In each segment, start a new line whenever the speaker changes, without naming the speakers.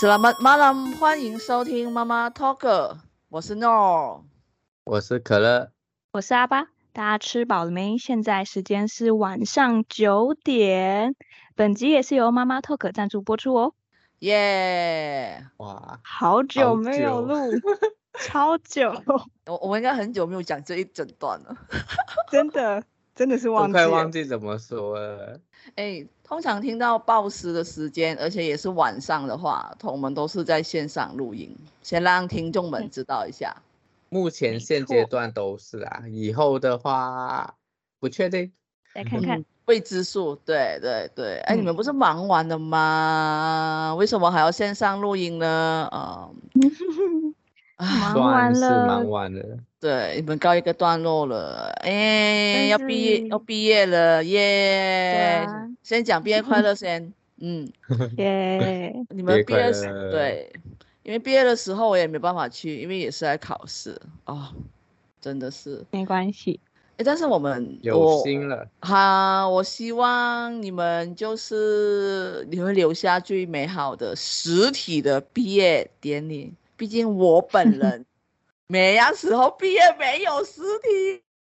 Selamat malam，欢迎收听妈妈 Talker，我是 No。
我是可乐，
我是阿巴，大家吃饱了没？现在时间是晚上九点。本集也是由妈妈 Talk 赞助播出哦。
耶、
哇，
好久
好
没有
久
录，超久，
我我们应该很久没有讲这一整段了。
真的真的是
都
忘记
快
了。
忘记怎么说了。
哎，通常听到报时的时间，而且也是晚上的话，同我们都是在线上录音，先让听众们知道一下。
目前
没
现
错
阶段都是啊，以后的话不确定。
来看看
嗯，未知数，对对对。哎，你
嗯
们不是忙完了吗？为什么还要线上录音呢？嗯，
忙
算
完
是
了
忙，完了，
对，你们告一个段落了，哎，
但
要毕业，要
是
毕业了，耶、
啊
先讲毕业快乐先， 嗯，
耶！
你
毕
们
业
毕
快
业时
乐
对，因为毕业的时候我也没办法去，因为也是在考试哦，真的是，
没关系，
哎，但是我们
有
我
心了，
哈，我希望你们就是你会留下最美好的实体的毕业典礼，毕竟我 本人每样时候毕业没有实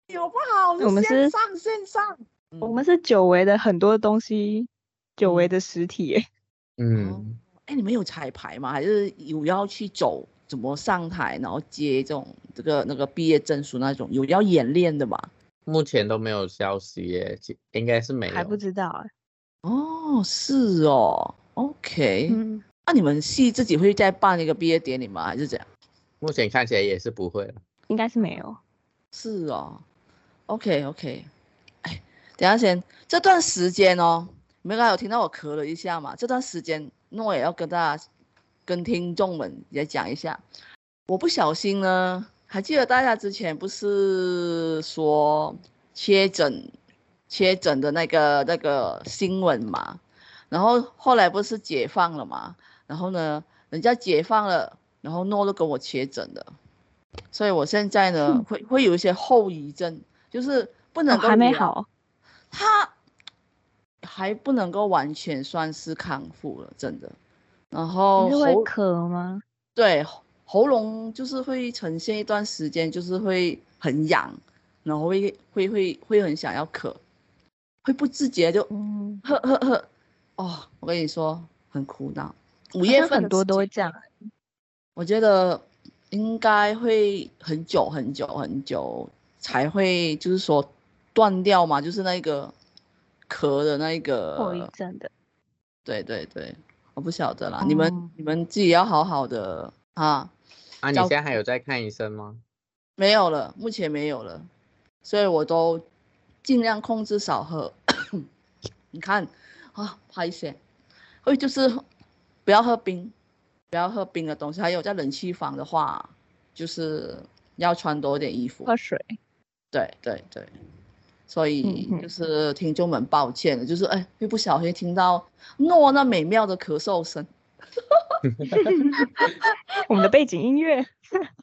体，好不好？
我们
线
是
上线上，
我
嗯
们是久违的很多东西，久违
嗯
的实体耶。哦
嗯，
哎，你们有彩排吗？还是有要去走怎么上台，然后接这种这个那个毕业证书那种，有要演练的吗？
目前都没有消息耶，其应该是没有。
还不知道啊。
哦，是哦，OK，那、
嗯，
你们系自己会再办一个毕业典礼吗？还是怎样？
目前看起来也是不会了。
应该是没有。
是哦，OK OK，哎，等一下先，这段时间哦，你们刚才有听到我咳了一下嘛？这段时间，那我也要跟大家、跟听众们也讲一下，我不小心呢，还记得大家之前不是说确诊、确诊的那个那个新闻嘛？然后后来不是解放了嘛？然后呢，人家解放了，然后诺都跟我确诊了。所以我现在呢
嗯，
会会有一些后遗症，就是不
哦
能够、
还没，好，
他还不能够完全算是康复了，真的。然后
你是会
喉
咳吗？
对喉喉咙就是会呈现一段时间，就是会很痒，然后会会会会很想要咳，会不自觉就
嗯，
呵呵呵，哦，我跟你说很苦恼。五
五
月份
很
的
多
时
都
间
会这样。
我觉得应该会很久很久很久才会，就是说断掉嘛，就是那个壳的那
后遗
个，
症的，
对对对，我不晓得啦，你们
哦
你们自己要好好的啊，
啊，你
照
现在还有在看医生吗？
没有了，目前没有了，所以我都尽量控制少喝。 你看啊，拍一些，会就是不要喝冰，不要喝冰的东西。还有在冷气房的话，就是要穿多一点衣服。
喝水。
对对对，所以
嗯哼
就是听众们抱歉了，就是哎，一不小心听到诺那美妙的咳嗽声，
我们的背景音乐。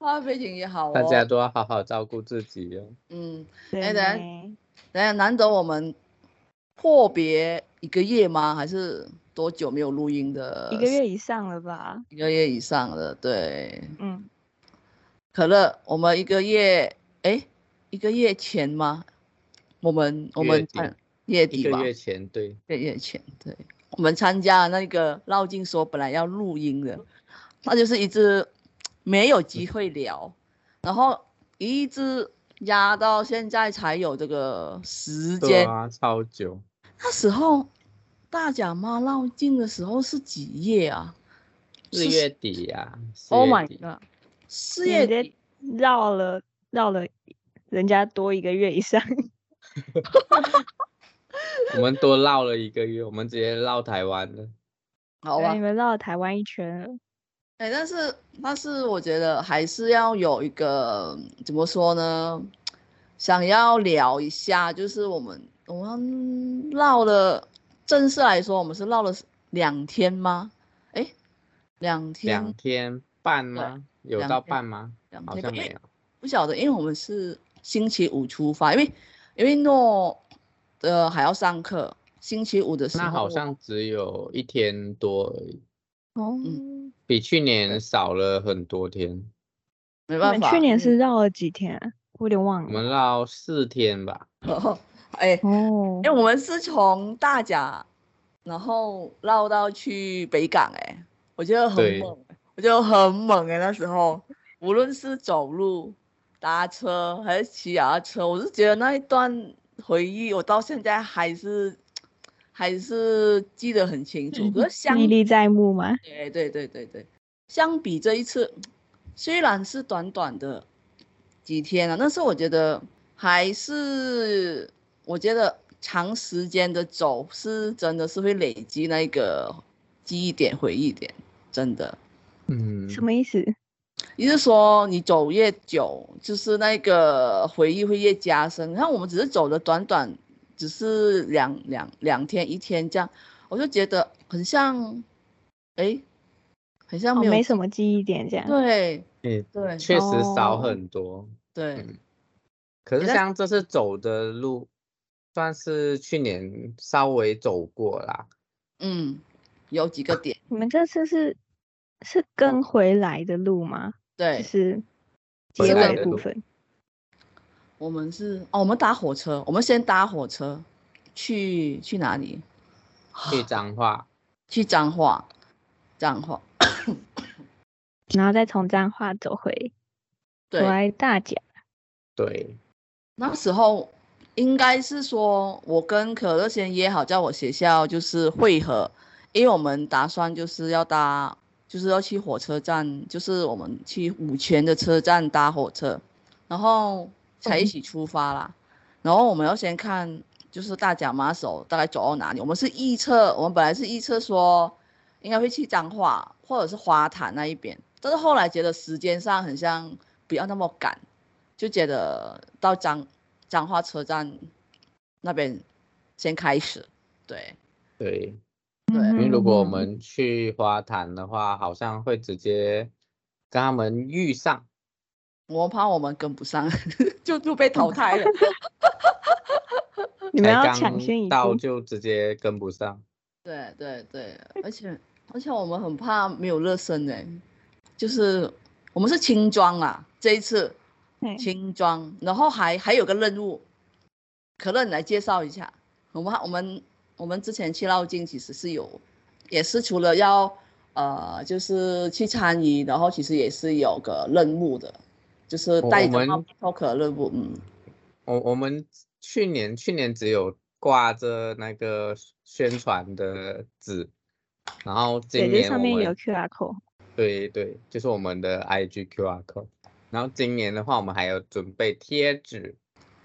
啊，背景也好哦。
大家都要好好照顾自己哦。
嗯，
对
等下
呢
哎呀，难得我们阔别一个月吗？还是多久没有录音的？
一个月以上了吧？
一个月以上的。对，
嗯，
可乐，我们一个月，哎，一个月前吗？我们我
月
们
底
参月
一
底
个
吧，
月前，对，
一个月前，对，我们参加了那个绕境说本来要录音的，那就是一直没有机会聊，然后一直压到现在才有这个时
对
间。
啊，超久。
那时候大甲妈绕境的时候是几月啊？
四
是
月底呀、四
Oh
月
my
底
god！四
你
月
直接
底，
绕了绕了人家多一个月以上。
我们多绕了一个月，我们直接绕台湾了。
好
对
吧
哎
你？们绕了台湾一圈了。
哎，但是但是我觉得还是要有一个怎么说呢？想要聊一下，就是我们我们绕了，正式来说我们是绕了两天吗？哎，两天
两天半吗？有
两
到
天
半吗？
两
嗯
好
天吧
像
因
没
为
有。
不晓得，因为我们是星期五出发，因为因为诺呃还要上课，星期五的时候
那好
我
像只有一天多而已。
嗯
哦，
比去年少了很多天，
没
你
办
们
法。
去年
嗯
是绕了几天啊？我有点忘了。
我们绕四天吧，
哎，
哦
因为我们是从大甲，然后绕到去北港、哎，我觉得很
对
猛，我觉得很猛哎、那时候无论是走路、搭车还是骑脚踏车，我是觉得那一段回忆，我到现在还是还是记得很清
嗯
楚。可是相
历历在目吗？
嗯
对对对对对，相比这一次，虽然是短短的几天啊，但是我觉得还是，我觉得长时间的走是真的是会累积那个记忆点、回忆点，真的。
嗯，
什么意思？
也就是说，你走越久，就是那个回忆会越加深。你看，我们只是走了短短，只是两两两天一天这样，我就觉得很像，哎，很像
哦，
没有、
没什么记忆点这样。
对
诶
对
确实少
哦
很多。
对
嗯可是
但
像这次走的路，算是去年稍微走过啦。
嗯，有几个点，
你们这次是是跟回来的路吗？就
对
是
回
结
来
尾
的
部
路
分。
我们是哦，我们搭火车，我们先搭火车去去哪里？
去彰化，
去彰化，彰化，
然后再从彰化走回回
对，
来大甲。
对，
那时候应该是说，我跟可乐先约好在我学校就是汇合，因为我们打算就是要搭，就是要去火车站，就是我们去五泉的车站搭火车，然后才一
嗯
起出发啦。然后我们要先看就是大甲马首大概走到哪里，我们是预测，我们本来是预测说应该会去彰化或者是花坛那一边，但是后来觉得时间上很像不要那么赶。就觉得到彰彰化车站那边先开始，对
对，
对
因为如果我
嗯
们去花坛的话，好像会直接跟他们遇上。
我怕我们跟不上， 就就被 淘汰了。
你们
才
要
刚
抢先一
到
步，
就直接跟不上。
对对对，而且而且我们很怕没有热身哎、就是我们是轻装啊，这一次
对
轻装，然后还还有个任务，可乐你来介绍一下。我们我们我们之前去绕境其实是有，也是除了要呃就是去参与，然后其实也是有个任务的，就是
我
带
我
着
们
脱可任务，嗯，
我我们去年去年只有挂着那个宣传的纸，然后今
对，这
年
上
我
面
们
有 QR code。
对对，就是我们的 IG QR code。然后今年的话，我们还有准备贴纸，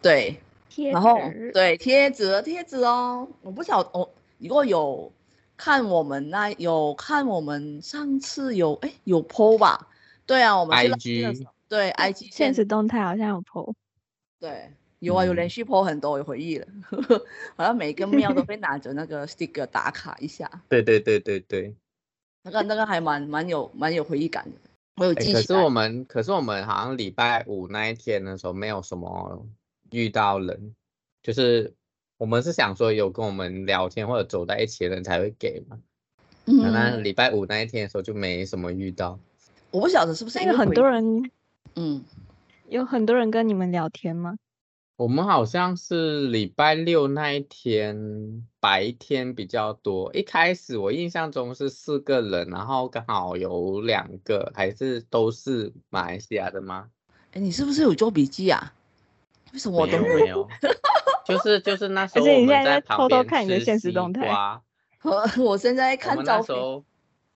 对。
贴
然后
纸，
对贴纸贴纸哦，我不晓我、如果有看我们那有看我们上次有哎有 PO 吧？对啊，我们去
IG
浪街的时候对 IG
现实
实
动态好像有 PO，
对有啊，有
嗯
连续 PO 很多，有回忆了， 好像每个庙都会拿着那个 sticker 打卡一下，
对对对对对。
那个那个还蛮蛮有蛮有回忆感的，我有
诶
记
哎可
起
是
来。
我们可是我们好像礼拜五那一天的时候没有什么遇到人，就是我们是想说有跟我们聊天或者走在一起的人才会给嘛。那那
嗯，
礼拜五那一天的时候就没什么遇到，
我不晓得是不是
那
因为
有很
回
多人，
嗯
有很多人跟你们聊天吗？
我们好像是礼拜六那一天白天比较多。一开始我印象中是四个人，然后刚好有两个还是都是马来西亚的吗？
哎你是不是有做笔记啊？为什么我
没
都
有没有，就是就是 那时
而
候
且
我
你
们
现在在
旁
偷偷
边
看你的
吃
现实
西
动态
瓜
我现在
我
看
们那
照
时
片
候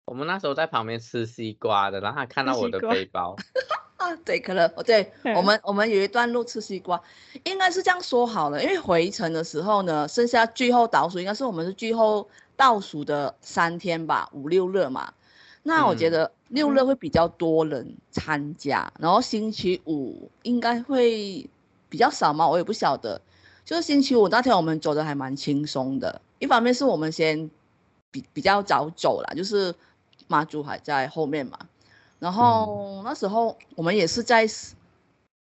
我们那时候在旁边吃西瓜的，然后他看
吃
到我
西
的
瓜
背 包，
啊，对，可乐，哦，对我
嗯
们我们有一段路吃西瓜，应该是这样说好了，因为回程的时候呢，剩下最后倒数，应该是我们是最后倒数的三天吧，五六日嘛。那我觉
嗯
得六日
嗯
会比较多人参加，然后星期五应该会比较少嘛，我也不晓得。就是星期五那天我们走的还蛮轻松的，一方面是我们先比比较早走啦，就是妈祖还在后面嘛。然后那时候我们也是在，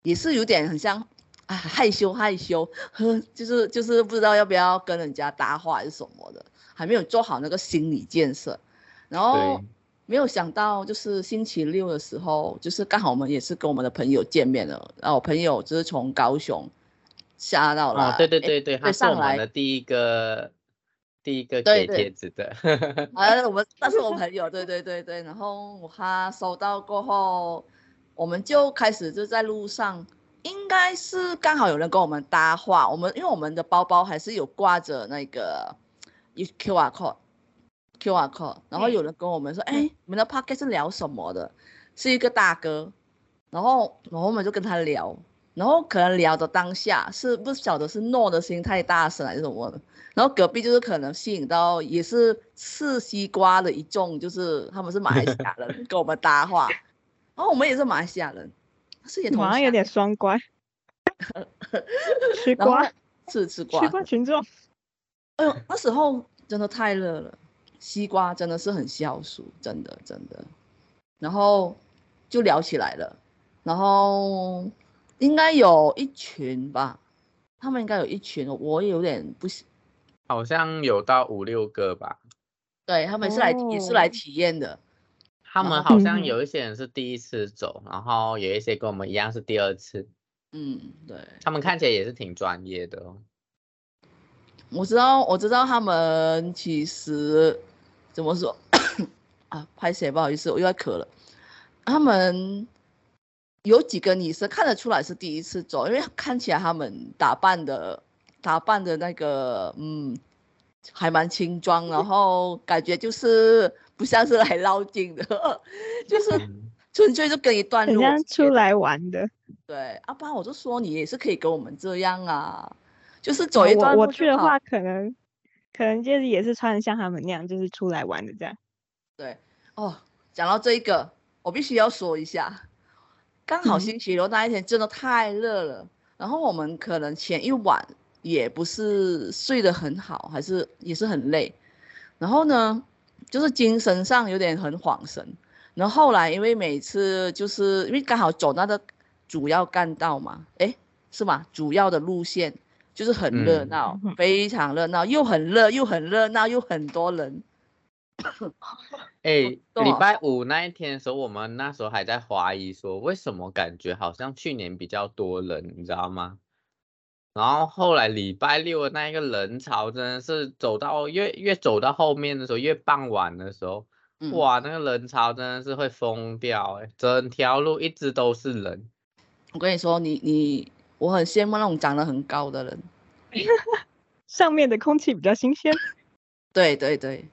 也是有点很像，哎，害羞害羞， 呵，就是就是不知道要不要跟人家搭话还是什么的，还没有做好那个心理建设。然后
对，
没有想到就是星期六的时候，就是刚好我们也是跟我们的朋友见面了，然后我朋友就是从高雄下到了，
哦，对对
哎
诶，
对对，他是
上
我们
来
的第一个第一个
对
给
对
帖子的，
啊，我们那是我朋友，对对对对。然后他收到过后，我们就开始就在路上，应该是刚好有人跟我们搭话。我们因为我们的包包还是有挂着那个一 QR code，QR code，然后有人跟我们说，哎，你们的 p o c k e t 是聊什么的？是一个大哥，然后然后我们就跟他聊。然后可能聊的当下是不晓得是诺的声音太大声还是什么的，然后隔壁就是可能吸引到也是吃西瓜的一众，就是他们是马来西亚人跟我们搭话，然后我们也是马来西亚人，是也同
马上有
乡
点 双关，吃
然后
瓜，
吃吃 瓜
吃，瓜 群众，
哎呦那时候真的太热了，西瓜真的是很消暑，真的真的，然后就聊起来了，然后应该有一群吧，他们应该有一群，我也有点不喜
好像有到五六个吧。
对他们是来、也是
哦
来体验的，
他
然
们
后
好像
嗯
有一些人是第一次走，然后有一些跟我们一样是第二次，
嗯，对，
他们看起来也是挺专业的哦。
我知道我知道他们其实怎么说啊，拍谁不好意思，我又要咳了。他们有几个女生看得出来是第一次走，因为看起来他们打扮的打扮的那个嗯，还蛮轻装，然后感觉就是不像是来 捞金的，就是
嗯
纯粹就跟一段
很
路。
像
我觉
出
得
来玩的。
对，阿爸，我就说你也是可以跟我们这样啊，就是走一段
哦我我
路
去
就
的
好
话，可能可能就是也是穿的像他们那样，就是出来玩的这样。
哦，讲到这一个，我必须要说一下，刚好
嗯
星期六那一天真的太热了，然后我们可能前一晚也不是睡得很好，还是也是很累，然后呢，就是精神上有点很恍神，然后后来因为每次就是因为刚好走那个主要干道嘛，诶，是吗？主要的路线就是很热
嗯
闹，
嗯
非常热闹，又很热，又很热闹，又很多人。
哎、
懂
礼
了
拜五那一天的时候，我们那时候还在怀疑说，为什么感觉好像去年比较多人，你知道吗？然后后来礼拜六的那一个人潮真的是走到越越走到后面的时候，越傍晚的时候，
嗯，
哇，那个人潮真的是会疯掉、欸，整条路一直都是人。
我跟你说，你你，我很羡慕那种长得很高的人。
上面的空气比较新鲜，
对对对，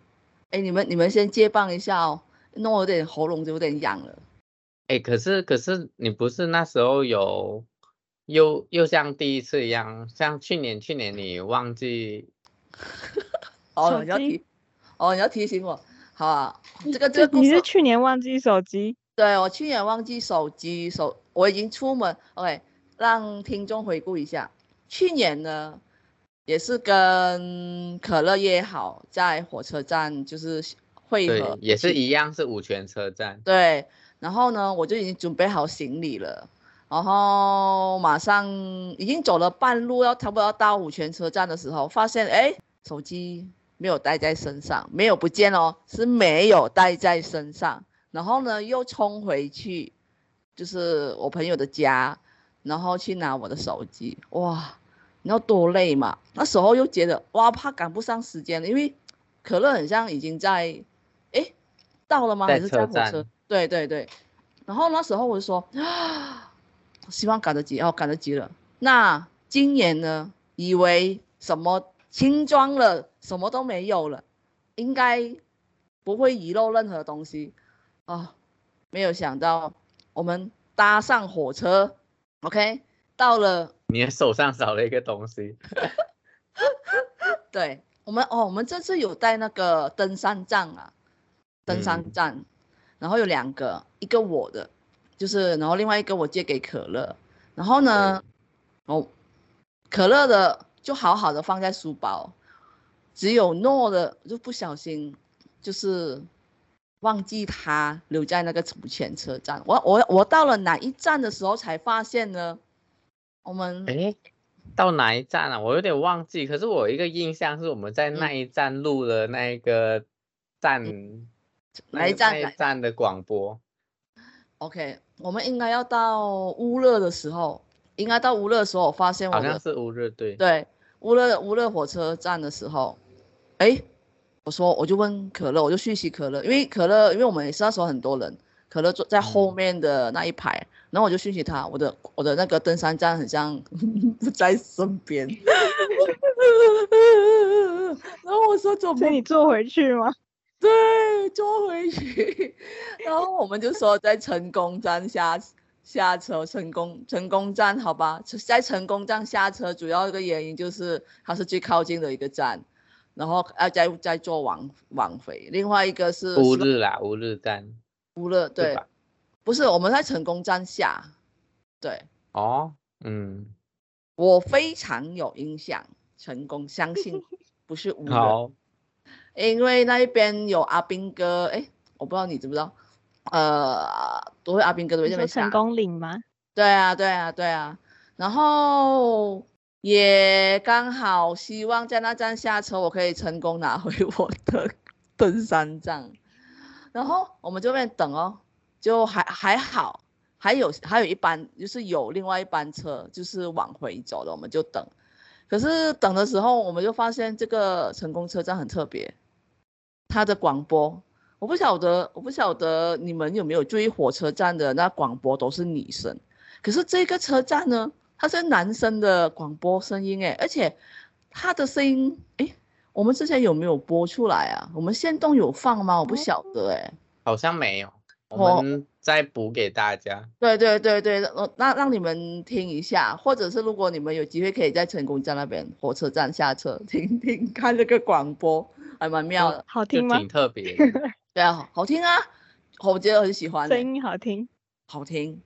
哎，你们你们先接棒一下哦，弄我有点喉咙有点痒了。
哎、可是可是你不是那时候有又又像第一次一样，像去年去年你忘记
哦，
手
你要
机
提，哦，你要提醒我，好啊。这 个这个故
你
事
是，去年忘记手 机，
对我去年忘记手机手，我已经出门。OK，让听众回顾一下，去年呢也是跟可乐也好，在火车站就是会
对
合，，
也是
起
一样是五泉车站。
对，然后呢，我就已经准备好行李了，然后马上已经走了半路，要差不多要到五泉车站的时候，发现哎，手机没有带在身上，没有不见哦，是没有带在身上。然后呢，又冲回去，就是我朋友的家，然后去拿我的手机，哇，你知道多累嘛？那时候又觉得哇，怕赶不上时间了，因为可乐很像已经在，哎，到了吗？
在
还是在
车
火
站
车？对对对。然后那时候我就说，啊，希望赶得及哦，赶得及了。那今年呢，以为什么轻装了，什么都没有了，应该不会遗漏任何东西啊、没有想到我们搭上火车，OK，到了，
你的手上少了一个东西，
对我们哦，我们这次有带那个登山杖啊，登山
嗯
杖，然后有两个，一个我的，就是然后另外一个我借给可乐，然后呢，哦，可乐的就好好的放在书包，只有诺的就不小心就是忘记他留在那个储前车站。我我我到了哪一站的时候才发现呢？我们
哎、到哪一站啊？我有点忘记，
嗯
可是我有一个印象是我们在那一站录了那一个站
哪一
那
站
那
来
一站的广播？
？OK，我们应该要到乌勒的时候，应该到乌勒的时候，我发现我
好像
的
是乌日对。
对乌勒乌勒火车站的时候，哎，我说我就问可乐，我就讯息可乐，因为可乐，因为我们也是那时候很多人，可乐坐在后
嗯
面的那一排，然后我就讯息他，我的我的那个登山杖很像 不在身边， 然后我说怎么
所以你坐回去吗？
对，坐回去，然后我们就说在成功站下下车，成功成功站好吧，在成功站下车主要一个原因就是它是最靠近的一个站，然后啊再再坐往往回，另外一个是
乌
是
日啦，乌日站
乌勒
对
对，
吧？
不是我们在成功站下，对
哦，嗯，
我非常有印象，成功相信不是乌勒。
好，
因为那一边有阿兵哥，哎，我不知道你知不知道，呃，都会阿兵哥的
你
这
说
边
成
下，
功岭吗？
对啊，对啊，对啊，然后也刚好希望在那站下车，我可以成功拿回我的 登山杖，然后我们这边等哦，就还还好，还有还有一班就是有另外一班车就是往回走的，我们就等。可是等的时候，我们就发现这个成功车站很特别，它的广播，我不晓得，我不晓得你们有没有注意火车站的那广播都是女生，可是这个车站呢，它是男生的广播声音诶，而且它的声音诶，我们之前有没有播出来啊？我们现动有放吗？我不晓得诶。
好像没有，
我
我们再补给大家。
对对对对，呃那让你们听一下，或者是如果你们有机会，可以在成功站那边火车站下车 听听看这个广播，还蛮妙的。
好
就
听吗
挺？特别的。
对啊，好听啊，我觉得很喜欢欸、
声音 好听。
好听。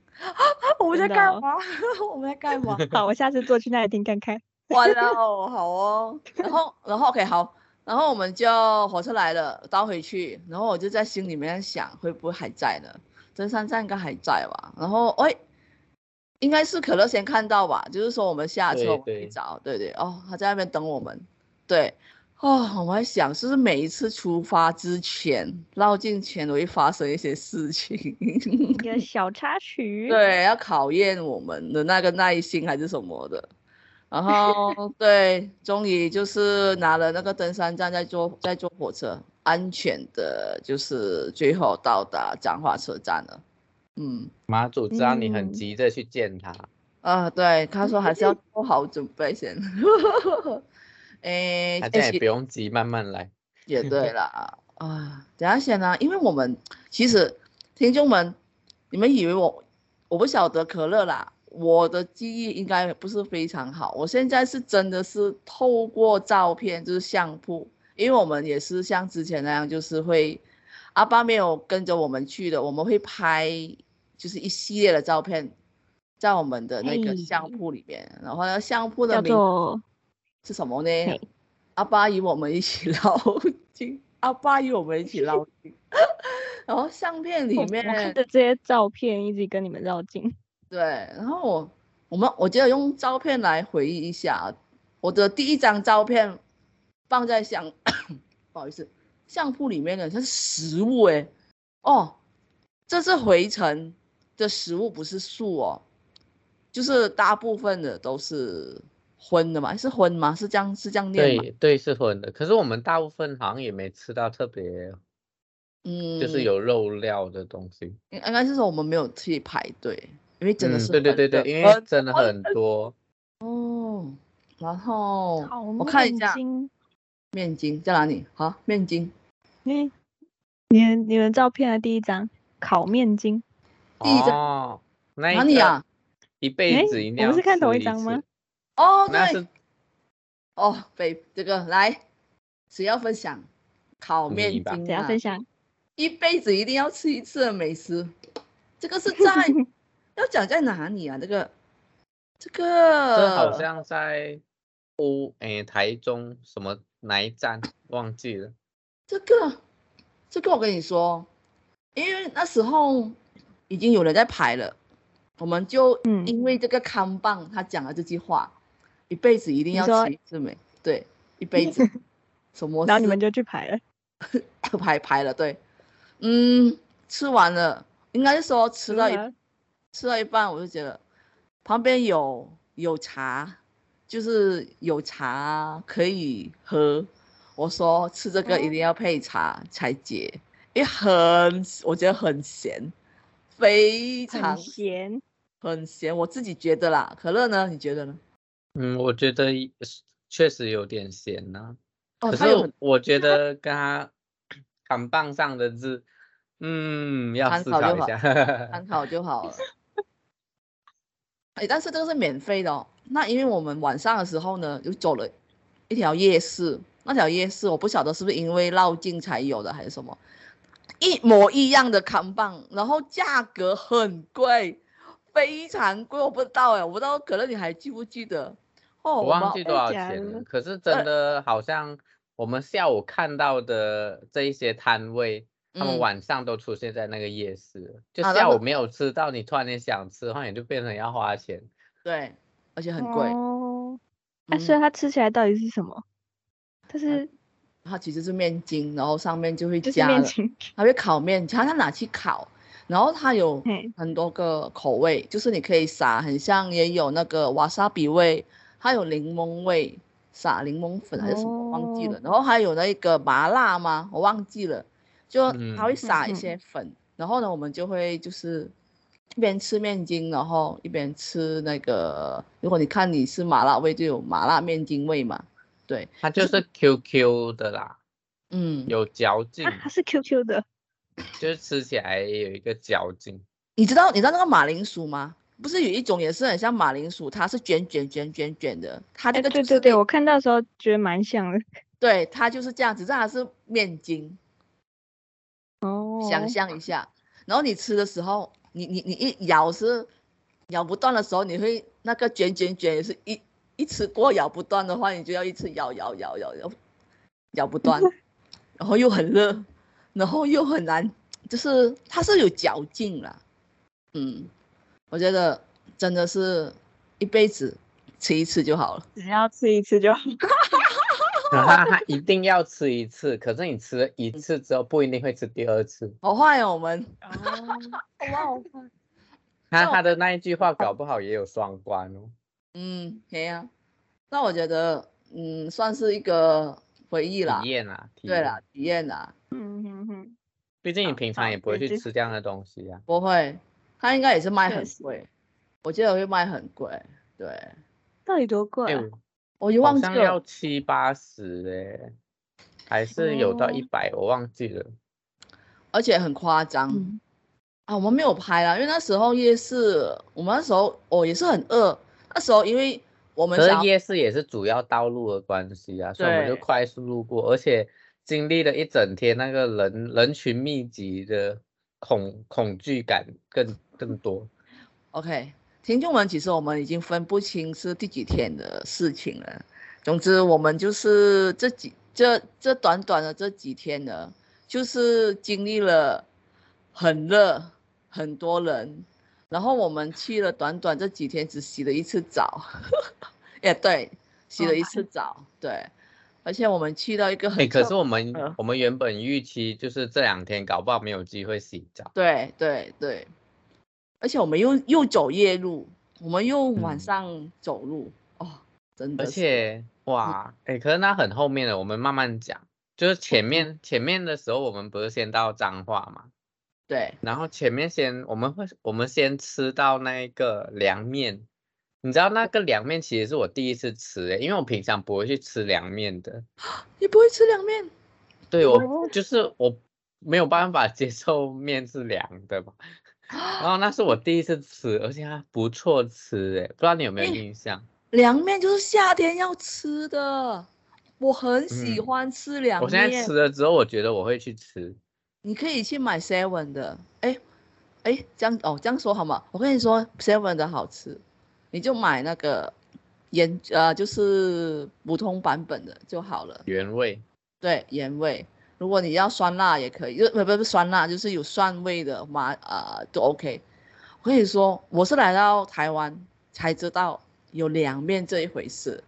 我们在
真的
干
哦
嘛？ 我们在干嘛？
好，我下次坐去那里听看看。
哇哦，好哦。然后，然后 OK 好，然后我们就火车来了，倒回去，然后我就在心里面想，会不会还在呢？登山站应该还在吧？然后哎，应该是可乐先看到吧？就是说我们下车
对
我们去
对
找，对对哦，他在那边等我们，对。哦，我还想，是不是每一次出发之前、绕境前都会发生一些事情？
一个小插曲，
对，要考验我们的那个耐心还是什么的。然后对，终于就是拿了那个登山杖，在坐在坐火车，安全的，就是最后到达彰化车站了。嗯
马祖知道你
嗯
很急着去见他，
啊，对，他说还是要做好准备先。 诶，
大
诶
家也
哎其
不用急，慢慢来。
也对啦，啊，等一下先啊，因为我们其实听众们，你们以为我我不晓得可乐啦，我的记忆应该不是非常好，我现在是真的是透过照片就是相簿，因为我们也是像之前那样，就是会阿爸没有跟着我们去的，我们会拍就是一系列的照片。在我们的那个
嘿
相簿里面，然后呢，相簿的
哎叫
名字
做
是什么
嘿
呢？阿爸与我们一起捞金， 阿爸与我们一起捞金。 然后相片里
我哦我看
面
的这些照片一直跟你们绕近。
对，然后我我们我觉得用照片来回忆一下，我的第一张照片放在相， 不好意思，相簿里面的它是食物诶、哦，这次回程的食物不是素哦，就是大部分的都是荤的嘛，是荤吗？是这样是这样念吗？
对对，是混的。可是我们大部分好像也没吃到特别，
嗯，
就是有肉料的东西。
应应该是说我们没有去排队，因为真的呃
嗯
是、
对对对对，因为真的很多。
哦。然后
好
哦我看一
面
下
筋
面筋在哪里？好，面筋
嗯，你们你们照片的第一张烤面筋，
第一张
哦，那
哪
一
里
个
啊？
一
诶
辈子一定
我
要
们是看
吃
同一张吗
次？
哦，
那是
对，哦，北这个来，谁要分享烤
你
面
吧
筋、啊？
等下分享。
一辈子一定要吃一次的美食，这个是 在要讲在哪里啊？这个这个
这好像在乌诶台中什么哪一站忘记了。
这个，这个我跟你说，因为那时候已经有人在排了，我们就
嗯
因为这个康棒他讲了这句话，一辈子一定
你
要
说
吃一次美，对， 一辈子什么
然后你
事
们就去排了，
都排排了，对，嗯，吃完了，应该是说吃到一
完
吃到一半，我就觉得旁边有有茶，就是有茶可以喝。我说吃这个一定要配茶才解，因为很我觉得很咸，非常
很咸，
很咸，我自己觉得啦。可乐呢？你觉得呢？
嗯，我觉得也是确实有点咸呐、
哦，
可
它有
是
很
我觉得跟他扛棒上的字，嗯，要
参
思
考就
考一
好
下。
参考就好了。哎，但是这个是免费的哦。那因为我们晚上的时候呢，就走了一条夜市，那条夜市我不晓得是不是因为绕境才有的还是什么，一模一样的扛棒，然后价格很贵，非常贵，我不知道哎，我不知道可乐你还记不记得？哦，
我忘记
被
多少
夹
钱
了
了，可
呃
是真的好像我们下午看到的这一些摊位，他们
嗯
晚上都出现在那个夜市了，就
啊那
下
个
午没有吃到，你突然间想吃的话，你就变成要花钱。
对，而且很贵。
哦，那、
嗯
所以它吃起来到底是什么？它是
它其实是面筋，然后上面就会
就是
加了
面筋，
还会烤面，它它拿去烤，然后它有
嘿
很多个口味，就是你可以撒，很像也有那个瓦萨比味，还有柠檬味，撒柠檬粉还是什么、忘记了，
哦
然后还有那个麻辣吗？我忘记了，就
嗯
它会撒一
嗯
些粉，然后呢，我们就会就是。一边吃面筋，然后一边吃那个。如果你看你是麻辣味，就有麻辣面筋味嘛。对，
它就是 QQ 的啦，
嗯，
有嚼 劲，
啊，它是 QQ 的，
就是吃起来有一个嚼劲。
你知道你知道那个马铃薯吗？不是有一种也是很像马铃薯，它是卷卷卷卷卷的，它
哎、
这个
对
就
对
是
对，
类
我看到的时候觉得蛮像的。
对它就是这样子，但它是面筋，
哦，
想象一下，然后你吃的时候，你你你一咬是咬不断的时候，你会那个卷卷卷也是一一吃过咬不断的话，你就要一直咬咬咬咬咬咬不断，然后又很热，然后又很难，就是它是有嚼劲啦，嗯，我觉得真的是一辈子吃一次就好了，
只要吃一次就好。
它一定要吃一次，可是你吃了一次之后不一定会吃第二次。
好坏哦我们
哇哦，
它
那我
它的那一句话搞不好也有双关哦。
嗯，可以啊，那我觉得嗯算是一个回忆啦
体。验啊，体
对
验
啦，啊体验啊啦，
嗯哼哼，
毕竟你
好
平常
好
也不会
对
去
这
吃这样的东西啊。
不会，他应该也是卖
确
很
实
贵，我记得会卖很贵，对，
到底多贵、
哎、
啊？
我已经
好
忘记
像要
了，
七八十哎，还是有到一
哦
百，我忘记了。
而且很夸张、
嗯，
啊，我们没有拍啦，因为那时候夜市，我们那时候我、也是很饿，那时候因为我们
可
想
是
要
夜市也是主要道路的关系啊，所以我们就
对
快速路过，而且经历了一整天那个人人群密集的恐恐惧感更更多。
OK，听众们，其实我们已经分不清是第几天的事情了。总之，我们就是这几这这短短的这几天呢，就是经历了很热，很多人，然后我们去了短短这几天，只洗了一次澡， 也对，洗了一次澡，对，而且我们去到一 个
哦哎、
很
可
特
是我们、
嗯
我们原本预期就是这两天搞不好没有机会洗澡，
对对对，而且我们又又走夜路，我们又晚
嗯
上走路、哦，真的
而
是，
且哇，哎、可是那很后面的，我们慢慢讲。就是
嗯
前面前面的时候，我们不是先到彰化嘛，
对，
然后前面先我们会我们先吃到那个凉面，你知道那个凉面其实是我第一次吃欸诶，因为我平常不会去吃凉面的，
你不会吃凉面，
对
哦
我就是我没有办法接受面是凉 的嘛，然后那是我第一次吃，而且它不错吃欸诶，不知道你有没有
哎
印象？
凉面就是夏天要吃的，我很喜
嗯
欢吃凉面。
我现在吃了之后，我觉得我会去吃，
你可以去买 seven 的，哎，哎，这样哦，这样说好吗？我跟你说，seven 的好吃，你就买那个原呃，就是普通版本的就好了。
原味。
对，原味。如果你要酸辣也可以，就不不不酸辣，就是有蒜味的麻啊、呃、都 OK。我跟你说，我是来到台湾才知道有凉面这一回事，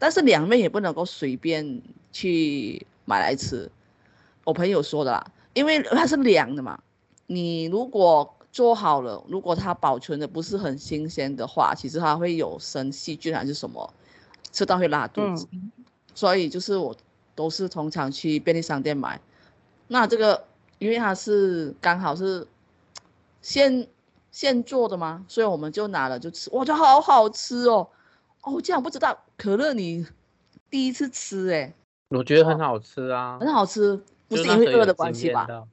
但是凉面也不能够随便去买来吃。我朋友说的啦，因为它是凉的嘛。你如果做好了，如果它保存的不是很新鲜的话，其实它会有生细菌还是什么，吃到会拉肚子。所以就是我都是通常去便利商店买。那这个因为它是刚好是现现做的嘛，所以我们就拿了就吃，哇，就好好吃哦！哦，我竟然不知道可乐你第一次吃诶、
我觉得很好吃啊，
哦很好吃，不
就是那
因为
时候
饿
有
的
惊
关系
艳
吧？
到？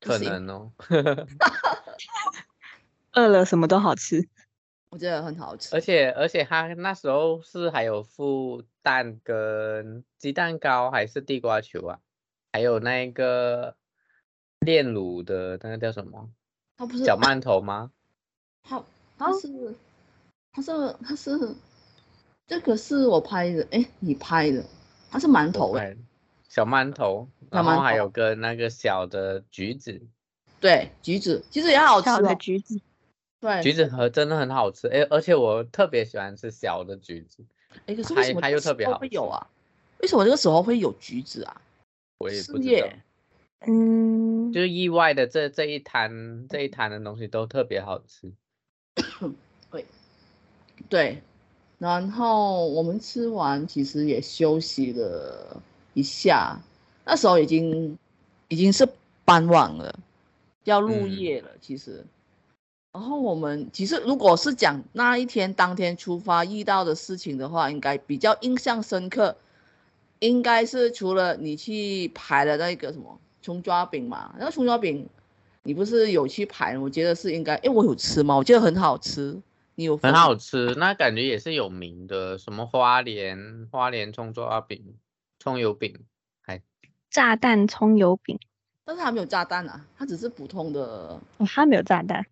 就
可
是因
能哦，
饿了什么都好吃。
我觉得很好吃
而。且而且它那时候是还有附蛋跟鸡蛋糕还是地瓜球啊，还有那个炼乳的那个叫什么
它不是
小馒头吗？
它它是它是它是这个是我拍的，诶，你拍的，它是馒头欸诶，
对，小馒头，
小
然
馒
后还
头
有跟那个小的橘子，
对，橘子，橘子也好吃
小的
哦，
橘子，
对，
橘子和真的很好吃，哎，而且我特别喜欢吃小的橘子，
诶，可是
还
为什么
还
这
有
个
特
时
别
候
好
会有
吃
啊？为什么这个时候会有橘子啊？
我也
是
不知道
耶，
嗯，
就是意外的这这一摊这一摊的东西都特别好吃，
对，然后我们吃完其实也休息了一下，那时候已经已经是傍晚了，要入
嗯
夜了，其实。然后我们其实如果是讲那一天当天出发遇到的事情的话，应该比较印象深刻，应该是除了你去排了那个什么葱抓饼嘛，那个葱抓饼你不是有去排？我觉得是应该，因为我有吃嘛，我觉得很好吃。你有
很
分
好吃，那感觉也是有名的，什么花莲花莲葱抓饼、葱油饼，
炸弹葱油饼，
但是它没有炸弹啊，它只是普通的。
哦，它没有炸弹，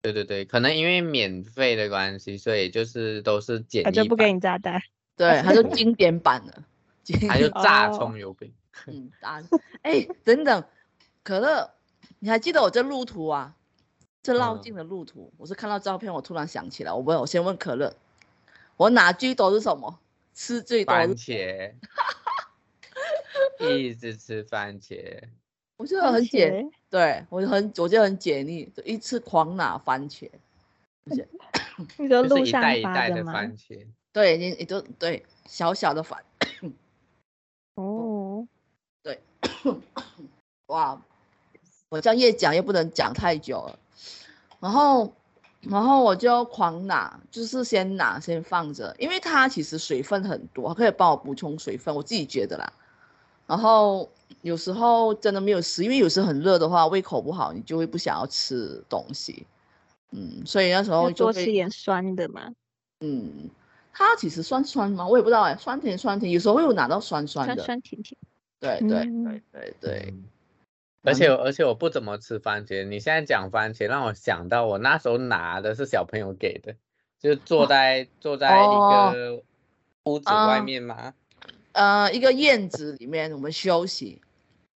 对对对，可能因为免费的关系，所以就是都是简
啊
它就
易
不给
版，
你炸弹。
对，它就
是
经典版的，经
它就炸
哦
葱油饼。
嗯答案。哎，等等，可乐，你还记得我这路途啊？这绕
嗯
境的路途，我是看到照片，我突然想起来，我问，我先问可乐，我哪最多是什么？吃最多
番
是，
茄， 一直吃番茄，
我觉得 很解，对我就很我就很解腻，就一次狂拿番茄，
你
就
说
是
路
一
上
袋一
发
袋的
吗？
番茄。
对，你你就对小小的番，
哦，
哇，我这样越讲越不能讲太久了。然后，然后我就狂拿，就是先拿先放着，因为它其实水分很多，它可以帮我补充水分，我自己觉得啦。然后有时候真的没有吃，因为有时候很热的话，胃口不好，你就会不想要吃东西。嗯，所以那时候
要
就
多吃
会，
点酸的嘛，
它其实酸酸吗？我也不知道哎、酸甜酸甜，有时候会有拿到酸酸
酸
的。
酸甜甜。
对对对
嗯
对对，
嗯而
然
且而且我不怎么吃番茄，你现在讲番茄让我想到我那时候拿的是小朋友给的，就是坐在、坐在一
哦
个屋子外
啊
面嘛，
呃，一个院子里面我们休息，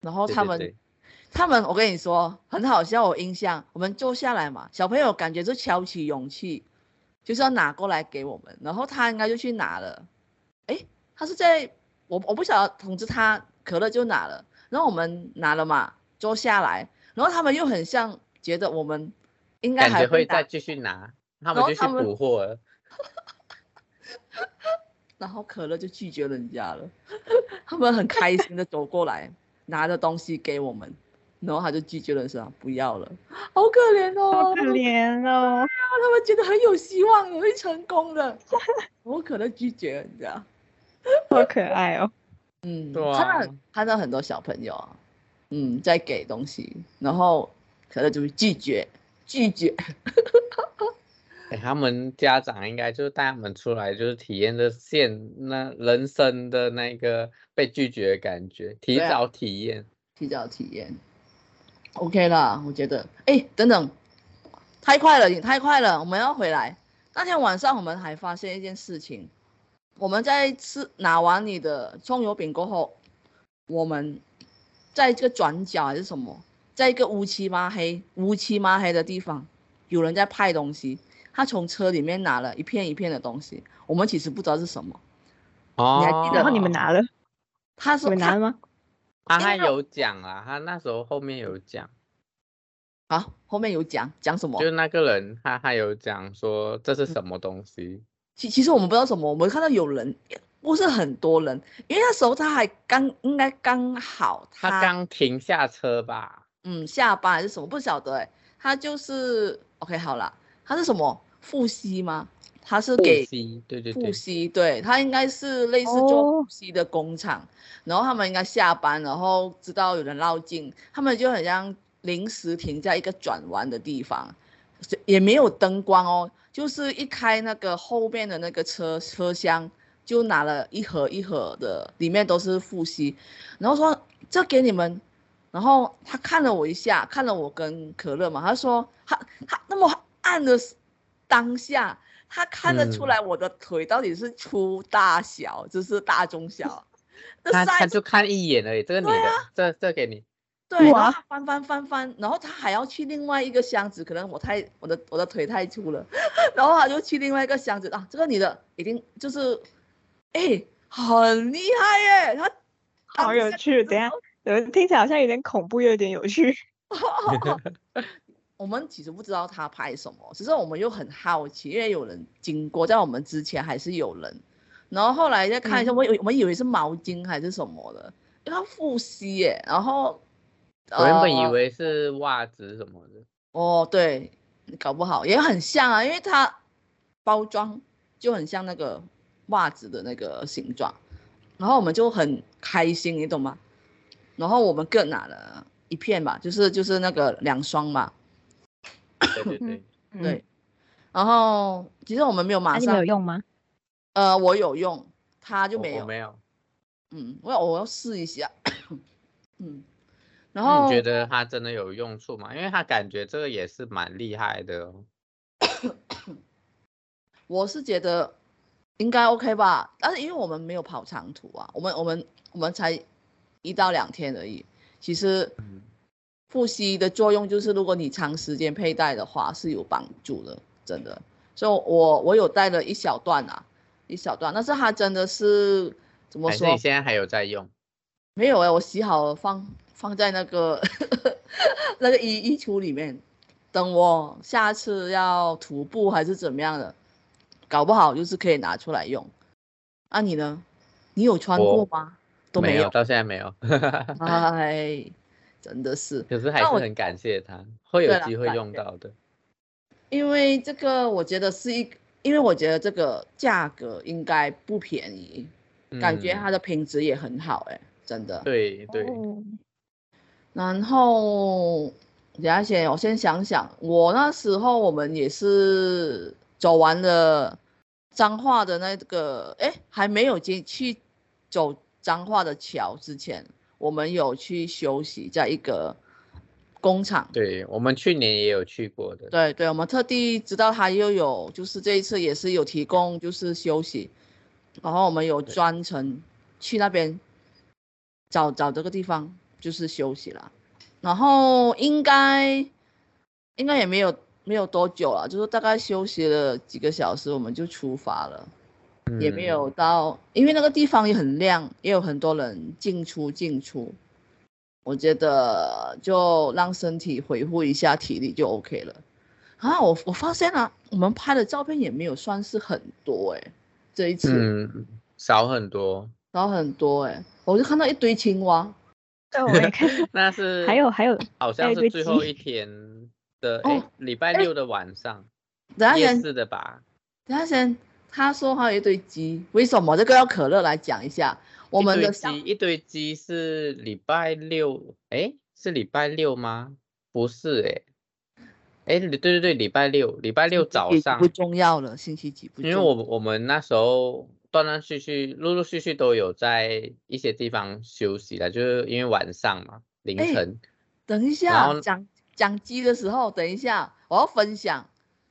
然后
对
哦他
对
们
对
他们，我跟你说，很好笑。我印象，我们坐下来嘛，小朋友感觉就挑起勇气，就是要拿过来给我们，然后他应该就去拿了。诶，他是在我我不晓得通知他，可乐就拿了，然后我们拿了嘛，坐下来，然后他们又很像觉得我们应该
感
还
觉会
会
再
拿，
继续拿，他
然
们
后
就去
他们
补货了。
然后可乐就拒绝人家了， 他们很开心的走过来，拿着东西给我们，然后他就拒绝了，说啊不要了，好可怜哦，
好
他
可
们
怜哦，
他们觉得很有希望的，会成功的。我可能拒绝人家。
好可爱哦。
嗯，
对
看到
啊
看到很多小朋友啊，嗯，在给东西，然后可能就会拒绝，拒绝。
哎他们家长应该就是带他们出来，就是体验这现那人生的那个被拒绝的感觉，提
对啊
早体验。
提早体验。OK 啦，我觉得，哎，等等，太快了，你太快了，我们要回来。那天晚上我们还发现一件事情，我们在吃拿完你的葱油饼过后，我们在一个转角还是什么，在一个乌漆嘛黑、乌漆嘛黑的地方，有人在派东西。他从车里面拿了一片一片的东西，我们其实不知道是什么。
哦，
还记得
然后你们拿了，
他
你
说
们拿
他
了吗？
啊他
因
还
为
有讲啦，他那时候后面有讲，
好，后面有讲讲什么
就？那个人他还有讲说这是什么东西，
其其实我们不知道什么，我们看到有人，不是很多人，因为那时候他还刚应该刚好
他刚停下车吧，
嗯下班还是什么不晓得哎、他就是 OK 好了，他是什么复吸吗？他是
复
给
吸，对对
复
对，
吸，对他应该是类似做
哦
复吸的工厂，然后他们应该下班，然后知道有人绕境，他们就很像临时停在一个转弯的地方，就也没有灯光哦，就是一开那个后面的那个车车厢，就拿了一盒一盒的，里面都是复吸，然后说这给你们。然后他看了我一下，看了我跟可乐嘛，他说他他那么暗的当下，他看得出
嗯
来我的腿到底是粗大小，就是大中 小。那
他他
size
就看一眼而已，这个女的，
啊
这这给你，
对，然后
哇
他翻翻翻翻，然后他还要去另外一个箱子，可能我太我的我的腿太粗了， 然后他就去另外一个箱子啊，这个女的一定就是，哎，很厉害耶，她
好有趣等一下，呃，听起来好像有点恐怖，又有点有趣。
我们其实不知道他拍什么，只是我们又很好奇，因为有人经过，在我们之前还是有人，然后后来再看一下，
嗯
我以为我们以为是毛巾还是什么的，因为他复吸耶，然后
我原本以
呃
为是袜子什么的，
哦，对，搞不好也很像啊，因为它包装就很像那个袜子的那个形状，然后我们就很开心，你懂吗？然后我们各拿了一片吧，就是就是那个两双嘛，
对对对，
嗯
嗯
对。然后其实我们没有
啊
啊
马
那你们
上
有，用吗？
呃，我有用，他 就
我
没
哦我
有，
没有，
嗯，我要我要试一下， 嗯，然
那
后
你觉得它真的有用处吗？因为他感觉这个也是蛮厉害的哦。
我是觉得应该 OK 吧，但是因为我们没有跑长途啊，我们我们我们才一到两天而已。其实
嗯
复吸的作用就是，如果你长时间佩戴的话是有帮助的，真的。所以我我有戴了一小段啊，一小段，但是它真的是怎么
还是
说
你？现在还有在用？
没有哎、我洗好了放放在那个 那个衣衣橱里面，等我下次要徒步还是怎么样的，搞不好就是可以拿出来用。那、你呢？你有穿过
我
吗？都
没
有。
到现在没有。
哎，真的是，
可是还
那
是
我
很感谢他，会
对
有
啦
机会
感
用
谢
到的。
因为这个我觉得是一，因为我觉得这个价格应该不便宜，感觉
嗯
它的品质也很好哎、真的。
对对，
哦
然后等下先，我先想想，我那时候我们也是走完了彰化的那个，哎，还没有进去走彰化的桥之前，我们有去休息在一个工厂。
对我们去年也有去过的。
对对，我们特地知道他又有，就是这一次也是有提供就是休息，然后我们有
对
专程去那边找找这个地方就是休息啦。然后应该应该也没有没有多久了，就是大概休息了几个小时，我们就出发了，也没有
嗯
到，因为那个地方也很亮，也有很多人进出进出。我觉得就让身体恢复一下体力就 OK 了。啊，我我发现啊，我们拍的照片也没有算是很多哎、这一次、
嗯，少很多。
然后很多哎、我就看到一堆青蛙，
但我 没看，
那是
还有还有，
好像
一
是
堆
最 后
鸡
一天的，哎、
哦
礼拜
哎
六的晚上，
等下
夜
先
市的吧？
等下先，他说还有一堆鸡，为什么？这个要可乐来讲一下，我
一
们
堆
的小
鸡，一堆鸡是礼拜六，哎，是礼拜六吗？不是、哎，哎，对对对，礼拜六，礼拜六
星期
早
几
上
不，重要了，星期几不重
因
要，
为我我们那时候断断续续、陆陆续续都有在一些地方休息了，就是因为晚上嘛，凌
哎
晨。
等一
然
下
后
讲讲鸡的时候，等一下我要分享。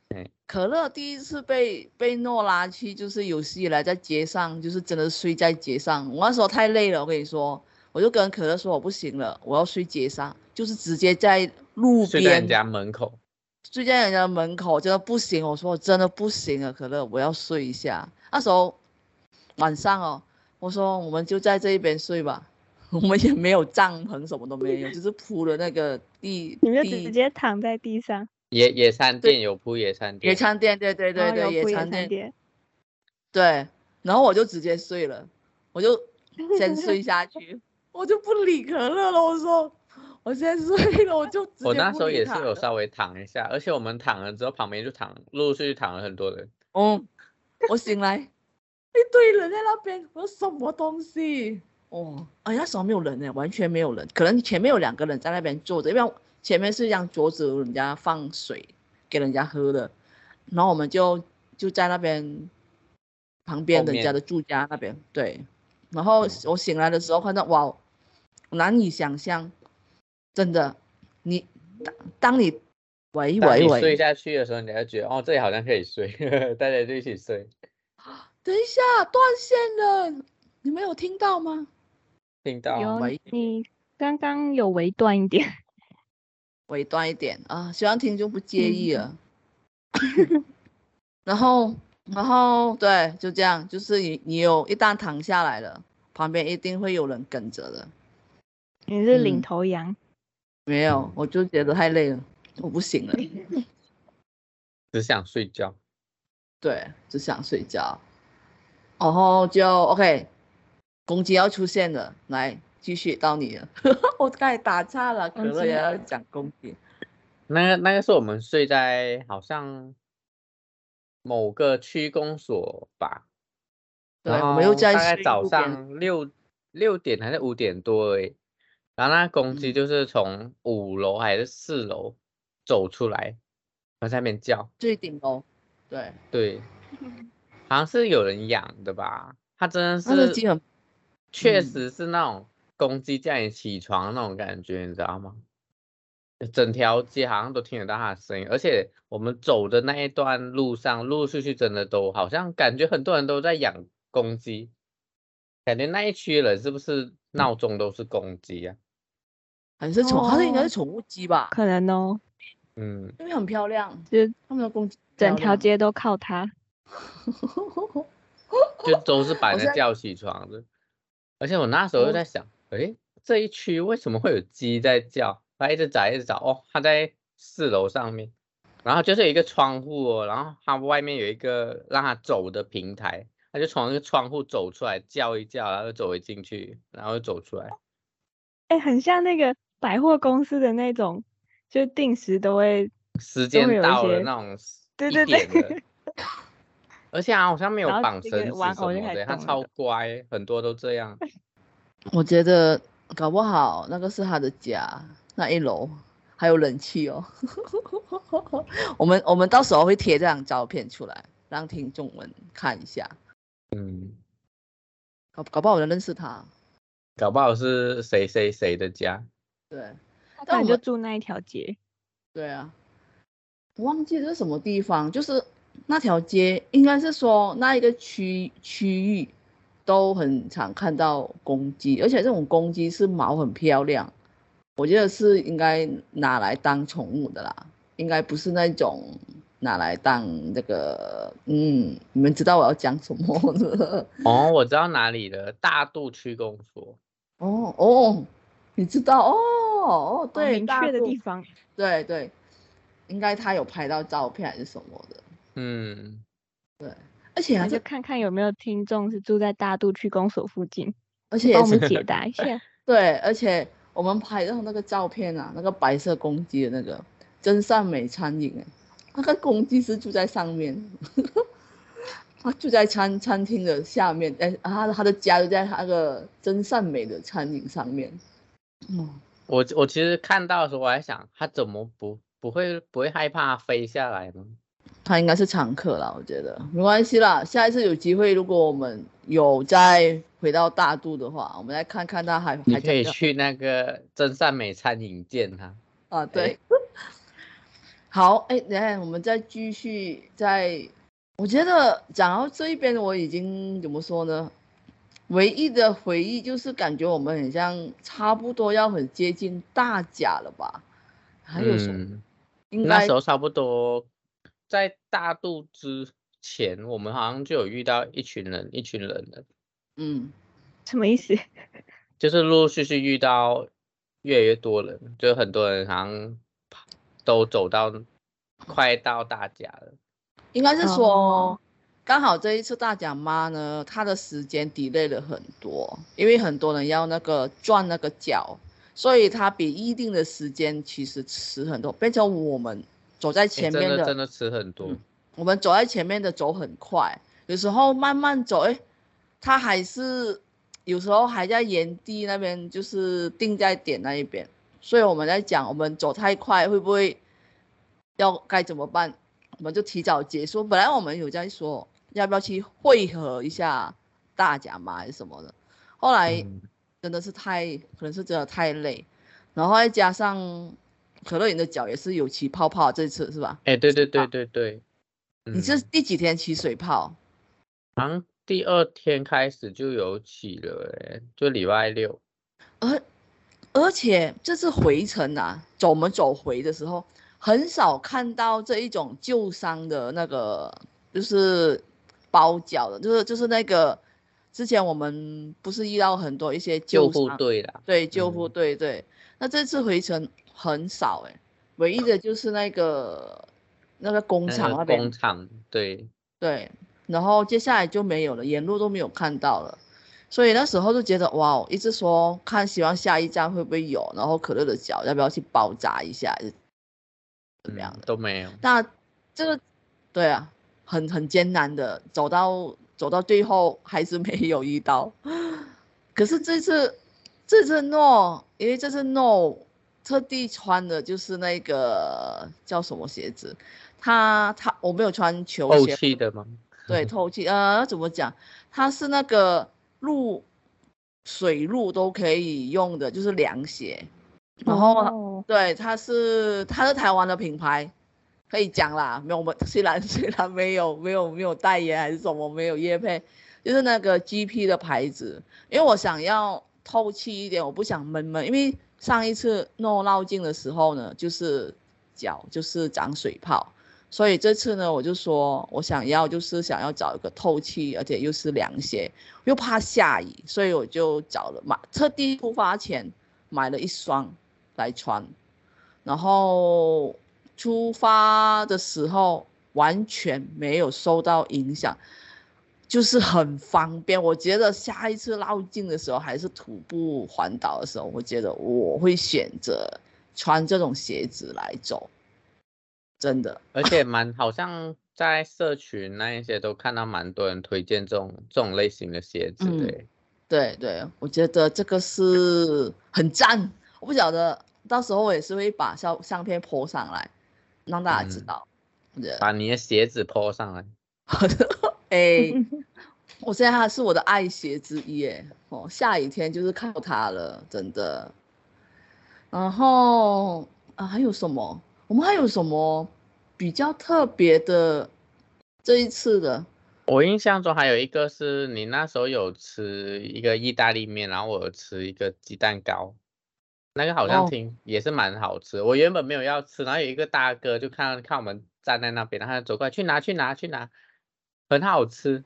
哎
可乐第一次被被诺拉去，就是有史以来在街上，就是真的睡在街上。我那时候太累了，我跟你说，我就跟可乐说我不行了，我要睡街上，就是直接在路
睡在人
边
家门口，
睡在人家门口，真的不行。我说我真的不行了，可乐，我要睡一下。那时候晚上哦，我说我们就在这一边睡吧， 我们也没有帐篷，什么都没有，就是铺了那个地
你们就直
地
接躺在地上，
野野餐
对
店有铺野餐店，
野餐垫，对对对
然
对，
后有
野
哦铺野
餐垫，
垫，
对，然后我就直接睡了，我就先睡下去， 我就不理可乐了。我说我先睡了，我就直接
我那
不
时候
理
也是
他
有
了
稍微躺一下，而且我们躺了之后，旁边就躺陆陆续续躺了很多人。
嗯，我醒来，一堆人在那边，我说什么东西？哦，哎，那时候没有人呢，完全没有人，可能前面有两个人在那边坐着，因为前面是一张桌子，人家放水给人家喝的，然后我们就就在那边旁边
后
人家
面
的住家那边，对，然后
嗯
我醒来的时候看到，哇，难以想象，真的，你当当你喂
当
喂
你睡
喂，
下去的时候，你才觉得哦，这里好像可以睡， 大家就一起睡，
等一下断线了，你们有听到吗？
听到
有
喂
你刚刚有微断一点，
尾端一点啊，希望听众不介意
嗯
了。嗯 然后，然后对，就这样，就是你你有一旦躺下来了，旁边一定会有人跟着的。
你是领
嗯
头羊，
没有，我就觉得太累了，我不行了，
只想睡觉。
对，只想睡觉。然后就 OK，公鸡要出现了，来继续到你了。 我刚才打岔了，可
公
乐
鸡
也
来
要
了
讲公鸡。
那个那个是我们睡在好像某个区公所吧，
对，
然
我们又
后
在
大概
睡
早
路边
上六六点还是五点多而已，然后那公鸡
嗯
就是从五楼还是四楼走出来，然后在那边叫，
最顶楼，对，
对，好像是有人养的吧，它真的
那
是
个鸡很
确
嗯
实是那种公鸡叫你起床那种感觉，你知道吗？整条街好像都听得到它的声音，而且我们走的那一段路上，陆陆续续真的都好像感觉很多人都在养公鸡，感觉那一区人是不是闹钟都是公鸡啊？
还是宠，它是应该
哦
是宠物鸡吧？
可能哦，
嗯，
因为很漂亮，
就是
他们的公鸡
整条
漂亮。
街都靠它。
就都是把
我
人
现
家
在
叫起床的。而且我那时候
哦
就在想，诶，这一区为什么会有鸡在叫？它一直找，一直找，哦，它在四楼上面，然后就是有一个窗户哦，然后它外面有一个让它走的平台，它就从那个窗户走出来叫一叫，然后走回进去，然后又走出来。
哎、很像那个百货公司的那种，就定时都会，
时
都会有
间
一
到了
些
那种时
对
一
对对
点了 而且啊，好像没有
然后
绑
这
绳
个
子
玩
什
偶
么
就开始
的，它
动了
超乖，很多都这样。
我觉得搞不好那个是他的家，那一楼还有冷气哦。 我们我们到时候会贴这张照片出来，让听众们看一下。
嗯，
搞搞不好有人认识他，
搞不好是谁谁谁的家。
对
它
哦
可
但
能
我
就
们
住那一条街。
对啊，我忘记这是什么地方，就是那条街，应该是说那一个区区域都很常看到公鸡，而且这种公鸡是毛很漂亮，我觉得是应该拿来当宠物的啦，应该不是那种拿来当那个，嗯，你们知道我要讲什么的
哦，我知道哪里了，大肚区公所。
哦哦，你知道哦哦，
好
对，
明
大
确的
肚
地方，
对对，应该他有拍到照片还是什么的。
嗯，
而且啊
那
还，
就是看看有没有听众是住在大肚区公所附近，
而且
帮
也
我
是
们解答一下。
对，而且我们拍到那个照片啊，那个白色公鸡的那个真善美餐饮、欸，那个公鸡是住在上面， 它住在餐餐厅的下面，哎、它它的家就在它那个真善美的餐饮上面。嗯，
我我其实看到的时候，我还想，它怎么不不会不会害怕飞下来呢？
它应该是常客啦，我觉得没关系啦。下一次有机会，如果我们有再回到大肚的话，我们来看看它还
你
还
可
在
以去那个真善美餐饮见它。
啊，
哎
对。 好，哎，等一下我们再继续再，我觉得讲到这一边，我已经怎么说呢？唯一的回忆就是感觉我们很像差不多要很接近大甲了吧？还有什么？
嗯，
应
那
该
时候差不多在大肚之前，我们好像就有遇到一群人，一群人的，
嗯，
什么意思？
就是陆陆续续遇到越来越多人，就很多人好像都走到快到大家了。
应该是说
哦，
刚好这一次大奖妈呢，她的时间 delay 了很多，因为很多人要那个转那个角，所以她比预定的时间其实迟很多，变成我们走在
诶
前
真
面
的
的，
真的吃很多，
嗯我们走在前面的走很快，有时候慢慢走，哎，她还是有时候还在原地那边，就是定在点那一边，所以我们在讲，我们走太快会不会要该怎么办？我们就提早结束。本来我们有在说要不要去汇合一下大甲嘛还是什么的，后来
嗯
真的是太可能是真的太累，然后再加上可乐饮的脚也是有起泡泡，这次是吧？
哎、对对对对对，
你是
嗯
第几天起水泡？
第二天开始就有起了、欸，就礼拜六，
而而且这次回程啊，走我们走回的时候，很少看到这一种旧伤的那个，就是包脚的，就是就是那个之前我们不是遇到很多一些
救
旧
护
伤，
队啦，
对救护
嗯
队对，那这次回程很少哎、唯一的就是那个那个工
那
厂
个
那边
工厂对，
对，然后接下来就没有了，沿路都没有看到了，所以那时候就觉得哇，哦一直说看希望下一站会不会有，然后可乐的脚要不要去包扎一下，还是怎么样
嗯
的？
都没有，
那这个对啊，很很艰难的走到走到最后还是没有遇到，可是这次这次诺，因为这次诺特地穿的就是那个叫什么鞋子，他他我没有穿球
怄
鞋，
气的吗？
对，透气，呃，怎么讲？它是那个路水路都可以用的，就是凉鞋。然后它
哦
对，它是它是台湾的品牌，可以讲啦。没有，我们 虽然虽然没有没有没有代言还是什么，没有业配，就是那个 GP 的牌子。因为我想要透气一点，我不想闷闷。因为上一次弄绕境的时候呢，就是脚就是长水泡，所以这次呢，我就说我想要就是想要找一个透气，而且又是凉鞋，又怕下雨，所以我就找了买特地出发前买了一双来穿，然后出发的时候完全没有受到影响，就是很方便。我觉得下一次绕境的时候，还是徒步环岛的时候，我觉得我会选择穿这种鞋子来走，真的。
而且蛮好像在社群那一些都看到蛮多人推荐这种这种类型的鞋子
嗯
的、哎
对对，我觉得这个是很赞。我不晓得，到时候我也是会把相相片 po 上来，让大家知
嗯
道。我觉得，
把你的鞋子抛上来，
哎，
嗯
我现在它是我的爱鞋之一耶。哦，下雨天就是靠它了，真的。然后啊，还有什么？我们还有什么比较特别的？这一次的
我印象中还有一个是你那时候有吃一个意大利面，然后我有吃一个鸡蛋糕，那个好像
哦
挺、也是蛮好吃。我原本没有要吃，然后有一个大哥就看看我们站在那边，然后他就走过来去拿去拿去拿，很好吃，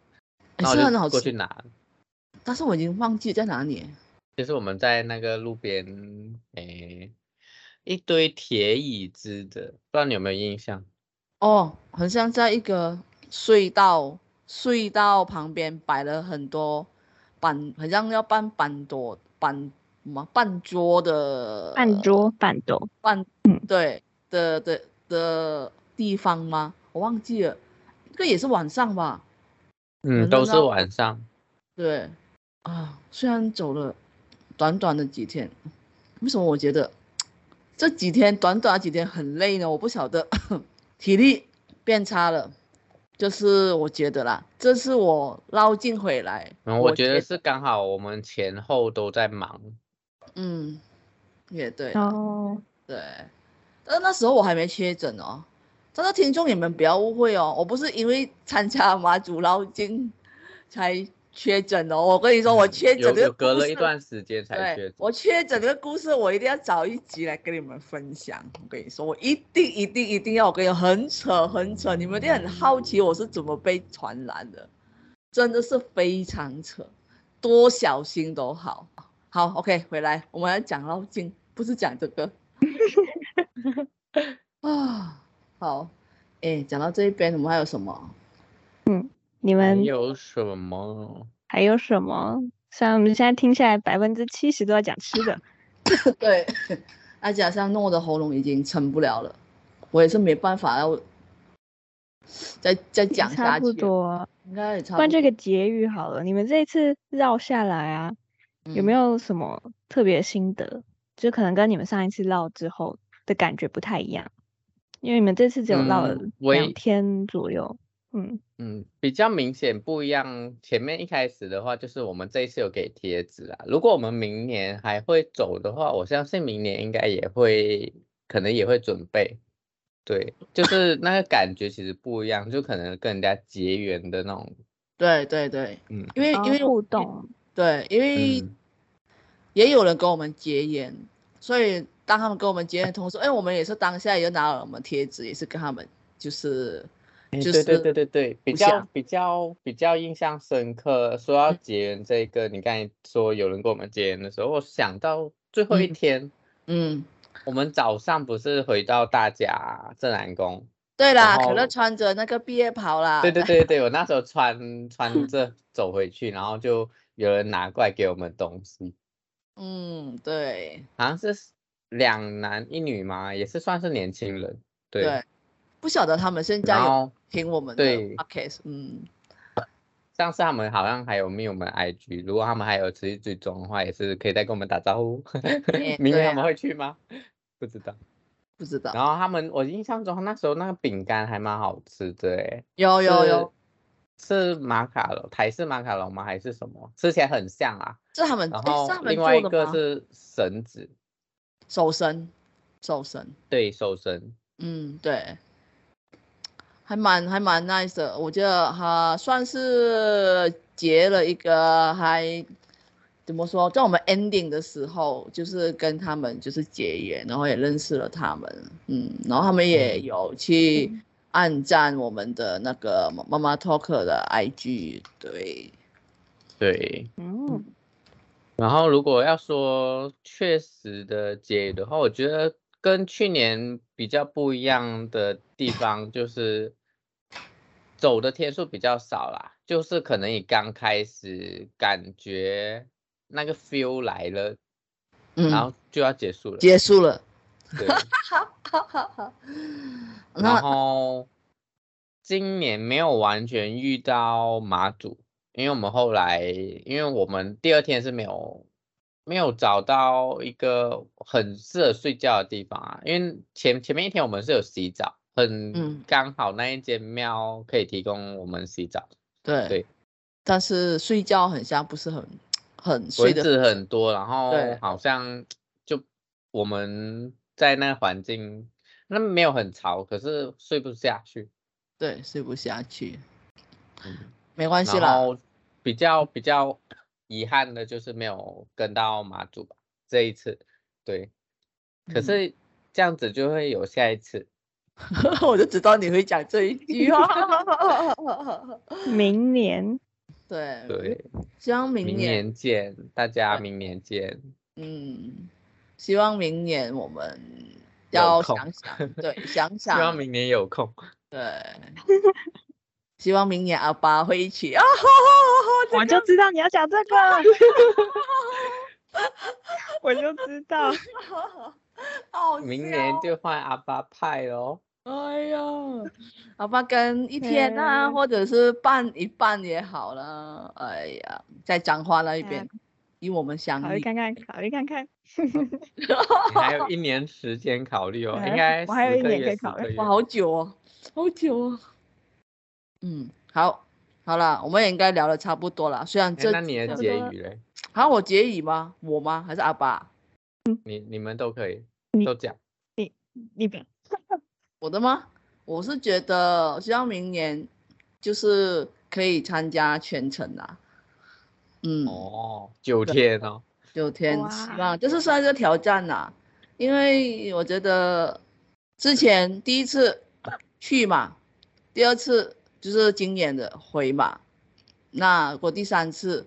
也
然后我
是
就
很好
过去
吃，
拿。
但是我已经忘记在哪里。
就是我们在那个路边，诶，一堆铁椅子的，不知道你有没有印象？
哦，很像在一个隧道，隧道旁边摆了很多板，很像要办板桌板什么办桌的
半桌半斗，
办
嗯
对的的的地方吗？我忘记了，这个也是晚上吧？
嗯，
那
都是
那
晚上。
对啊，虽然走了短短的几天，为什么我觉得这几天短短的几天很累呢？我不晓得，体力变差了，就是我觉得啦，这是我捞进回来，
然嗯后我觉得是刚好我们前后都在忙，
嗯，也对啦，
哦，
对，但是那时候我还没确诊哦。但是听众你们不要误会哦，我不是因为参加马祖捞金才确诊哦。我跟你说，我
嗯
确诊
有
这
有
个
隔
故
了
事
一段时间才确
对
诊，。
我确诊这个故事，我一定要找一集来跟你们分享。我跟你说，我一定一定一定要，我跟你说，很扯很扯，你们一定很好奇我是怎么被传染的，真的是非常扯，多小心都好。好，OK，回来，我们来讲绕境，不是讲这个。啊，好，哎，讲到这一边，我们还有什么？
你
还
们
有什么？
还有什么？虽然我们现在听下来百分之七十都在讲吃的，
对，再加上弄我的喉咙已经撑不了了，我也是没办法要再再
也
讲
差
下去
不
了，
多。
应该也差
不
不多。
然这个结语好了，你们这一次绕下来啊，有没
嗯
有什么特别心得？就可能跟你们上一次绕之后的感觉不太一样，因为你们这次只有绕了
嗯我
两
也
天左右。嗯，
嗯，比较明显不一样。前面一开始的话，就是我们这一次有给贴纸啦。如果我们明年还会走的话，我相信明年应该也会，可能也会准备。对，就是那个感觉其实不一样，就可能跟人家结缘的那种。
对对对，
嗯，
因为
然
因
后
为
哦互动，
对，因为
嗯
也有人跟我们结缘，所以当他们跟我们结缘的同时，哎，我们也是当下也拿了我们贴纸，也是跟他们就是
诶
就
对对
是
对对对，比
互
较
相
比较比较印象深刻。说到
嗯
结缘这个，你刚才说有人跟我们结缘的时候，我想到最后一
嗯
天，
嗯，
我们早上不是回到大甲镇南宫。
对啦，
然
可乐
后
穿着那个毕业袍啦，
对对对对，我那时候穿 穿着走回去，然后就有人拿过来给我们东西，
嗯，对
好像是两男一女嘛，也是算是年轻人。对，
对，不晓得他们现在
然
有
后
听我们的
对
podcast，嗯，
上次他们好像还有密我们 IG，如果他们还有持续追踪的话，也是可以再跟我们打招呼。 明
对
年他
啊
们会去吗？不知道。
不知道，
然后他们，我印象中那时候那个饼干还蛮好吃的诶，
有哦有有，
是，是马卡龙，台式马卡龙吗？还是什么？吃起来很像啊。
是他们，
然
哎，
后
是他们
另外一
做
个
的吗？
是绳子，
手绳，手绳，
对，瘦身。
嗯，对，还蛮还蛮 nice 的，我觉得哈、算是结了一个还怎么说，在我们 ending 的时候，就是跟他们就是结缘，然后也认识了他们，嗯，然后他们也
嗯
有去暗赞我们的那个妈妈 talk 的 IG，对，
对，
嗯，
然后如果要说确实的结语的话，我觉得跟去年比较不一样的地方就是走的天数比较少啦，就是可能你刚开始感觉那个 feel 来了，
嗯，
然后就要结束了。
结束了，
对，然
那
后今年没有完全遇到马祖，因为我们后来，因为我们第二天是没有没有找到一个很适合睡觉的地方啊，因为前前面一天我们是有洗澡，
嗯
很刚好那一间庙可以提供我们洗澡，
对
对
但是睡觉很像不是很很睡
蚊
的，
子很多，然后
对
好像就我们在那个环境，那没有很潮，可是睡不下去。
对，睡不下去，
嗯
没关系
然
啦，
后比较比较遗憾的就是没有跟到马祖吧，这一次，对。可
嗯
是这样子就会有下一次，
我就知道你会讲这一 句话。
明年嗯
对，
对，
希望明
明
年，
年见，大家明年见，
嗯，希望明年我们
有
要
空
想想，对，想
希
想，
望明年有空。
对，希望明年阿爸会一 起啊，
我就知道你要讲这个，我就知道。
好
明
笑
哦
年就换阿巴派 喽，
哎呀，好吧，跟一天啊，
嗯
或者是半一半也好啦。哎呀，在彰化那一边，与我们相
考虑
遇。
看看，考虑看看。
你还有一年时间考虑哦，应
对
该
我还
10
有一
个
年
月
可以
10
考虑
个月
哇，好久哦，好久哦。嗯，好，好啦，我们也应该聊的差不多了。虽然
哎
这
那你的
差不
结
多了
语嘞，
好、我结语吗？我吗？还是阿爸？
你你们都可以
你嗯
都讲，
你吧
我的吗？我是觉得希望明年就是可以参加全程啦。嗯，
哦，九天哦，
九天，希
哇
望这是算一个挑战啦、因为我觉得之前第一次去嘛，第二次就是今年的回嘛，那我第三次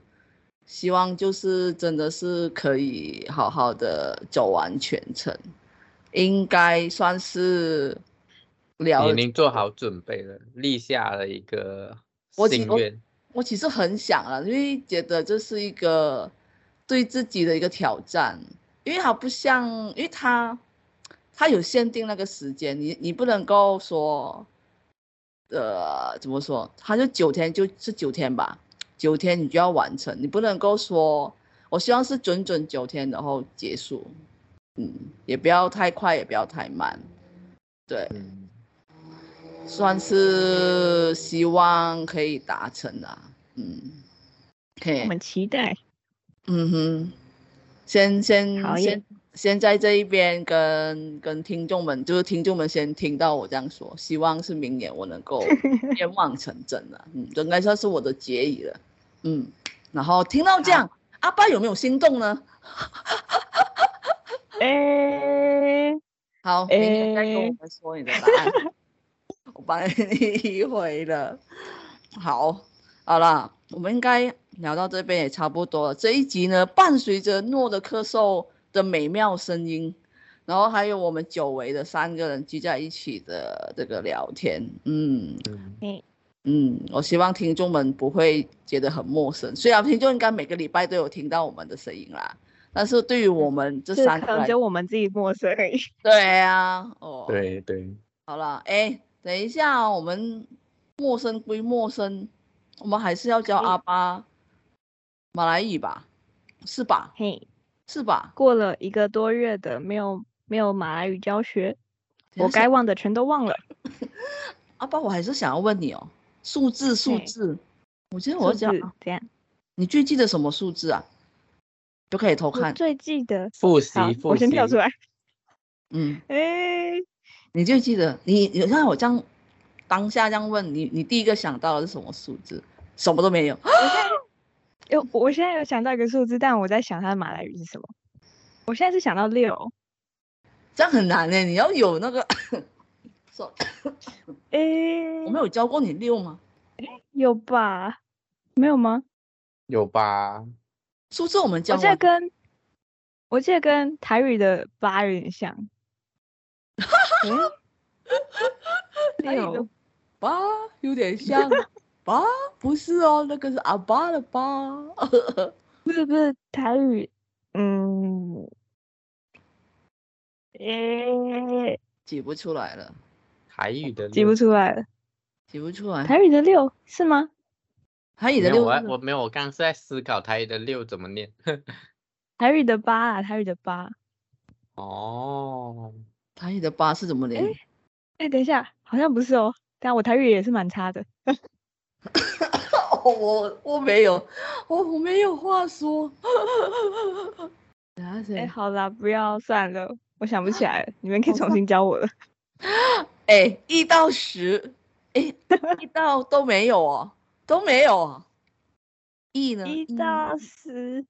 希望就是真的是可以好好的走完全程，应该算是了
你已经做好准备了，立下了一个
我
心
其我
愿。
我其实很想啊，因为觉得这是一个对自己的一个挑战，因为它不像，因为它它有限定那个时间，你你不能够说，呃，怎么说？它就九天，就是九天吧，九天你就要完成，你不能够说，我希望是准准九天然后结束，嗯，也不要太快，也不要太慢，对，
嗯，
算是希望可以达成啦。嗯，可以
我，们期待。
嗯哼，先先
好耶
先先在这一边跟跟听众们，就是听众们先听到我这样说，希望是明年我能 够愿望成真了。嗯，这应该算是我的结语了。嗯，然后听到这样，阿爸有没有心动呢？
哎、
好，明年再跟我
诶
们说你的答 案，我帮你 移回了。好，好啦，我们应该聊到这边也差不多了。这一集呢，伴随着诺的咳嗽的美妙声音，然后还有我们久违的三个人聚在一起的这个聊天，嗯
嗯
嗯，我希望听众们不会觉得很陌生。虽然听众应该每个礼拜都有听到我们的声音啦，但是对于我们这
是
三
可
个
能
人，
只有我们自己陌生而已。
对啊，哦，。
对对，
好了，哎，等一下哦，我们陌生归陌生，我们还是要教
可以
阿巴马来语吧？是吧？
嘿，
是吧？
过了一个多月的没有没有马来语教学，
等
我
一下
该忘的全都忘了。
阿巴，我还是想要问你哦，数字数
嘿
字，我觉得我
数
要讲啊
字，这样。
你最记得什么数字啊？就可以偷
我
看，
最记得，
哦
复习
好，
复
我先跳
习
出来。
嗯，
哎、
你最记得你，你看我这样当下这样问你，你第一个想到的是什么数字？什么都没有，
有，我现在有想到一个数字，但我在想它的马来语是什么。我现在是想到六，
这样很难呢。你要有那个 ，sorry，
哎、
我没有教过你六吗？
有吧？没有吗？
有吧？
数字我们教
我记得
完
跟我记得跟台语的八有 点像。诶
台语的
六
吧，有点 像吧，不是哦，那个是阿爸的吧。
不是不是台语，嗯，诶、
挤不出来了，
台语
哦
的
记不
六
出来了，
挤不出来。
啊台语的六是吗？
还有你的
没有
六
我
是
还
什
我
么，
没有，我刚刚是在思考台语的六怎么念。
台语的八啊，台语的八。
哦，
还有你的八是怎么连？
哎、等一下，好像不是哦。但我台语也是蛮差的。
我我没有，我我没有话说。 等下
哎、
先，
好啦，不要算了，我想不起来了，你们可以
好
重
吧
新 教我了。
哎，一到十，哎，一到都没有哦，都没有哦。一呢？
一到十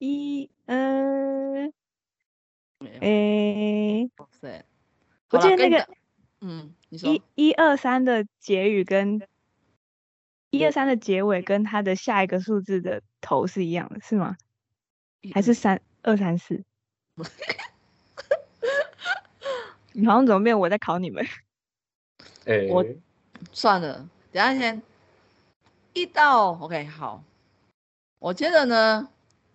一，嗯，
没有。
诶、
哇塞，
我
好啦
记得那
跟你
个
讲嗯，你说
一一二三的结语跟一二三的结尾跟它的下一个数字的头是一样的，是吗？
一
还是三二三 四？你好像怎么变我在考你们？
哎，
我算了，等一下先一到 OK 好，我觉得呢，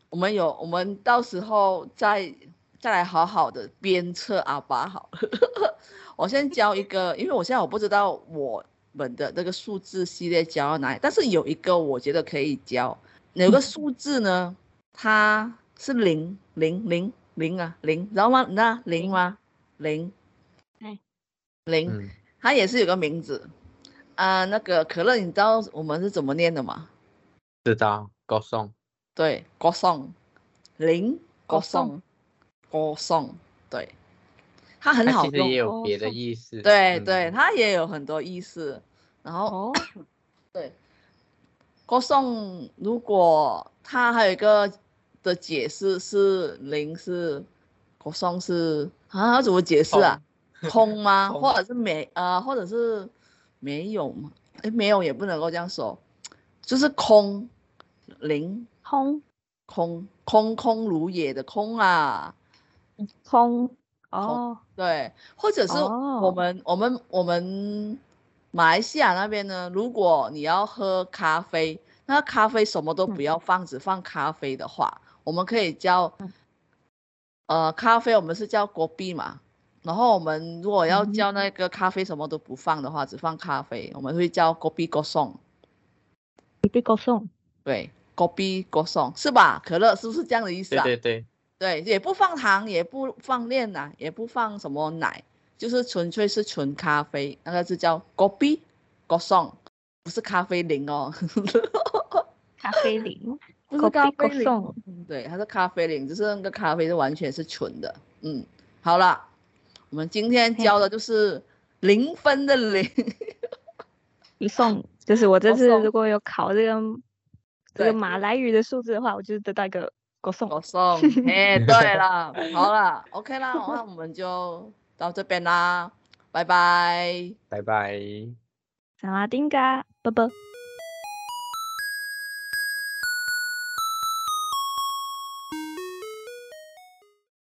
我们有我们到时候再再来好好的鞭策阿巴好了。 我先教一个，因为我现在我不知道我们的那个数字系列教到哪里，但是有一个我觉得可以教，有个数字呢，它是零零零零啊零，知道吗？那零吗？零，
哎，
零。
嗯，
它也是有个名字啊、那个可乐，你知道我们是怎么念的吗？
知道，高送，
对，歌颂零歌
歌
颂
颂
歌颂，对，它很
它
好
其实也
用，哦
有
高
别的
送
意思。
对
嗯
对，，它也有很多意思。然后
哦，
对，歌颂如果它还有一个的解释是零是歌颂是啊，要怎么解释啊？空吗？
空
或者是没呃，或者是没有吗？哎，没有也不能够这样说，就是空零
空
空空空如也的空啊，
空哦，
对，或者是我
哦
们、我们我们马来西亚那边呢，如果你要喝咖啡，那咖啡什么都不
嗯
要放，只放咖啡的话，我们可以叫呃咖啡，我们是叫国币嘛。然后我们如
嗯
果要叫那个咖啡什么都不放的话，只放咖啡，我们会叫国币国送，
被告送
对，国币国送是吧？可乐是不是这样的意思
对
啊？
对对，
对，也不放糖，也不放炼奶，也不放什么奶，就是纯粹是纯咖啡，那个就叫 kopi k o s o n g 不是咖啡零哦，
咖啡零，
不是咖啡
Kopi
零，
Kosong
嗯对，它是咖啡零，就是那个咖啡是完全是纯的。嗯，好了，我们今天
嘿
教的就是零分的零，
一送，就是我这
国
次
哦送
如果有考这个这
对
个马来语的数字的话，我就得到一个国送
k。o s o n g 哎，对了，好了，OK 啦，那我们就到这边啦，拜拜。
拜拜。
萨瓦丁嘎，啵啵。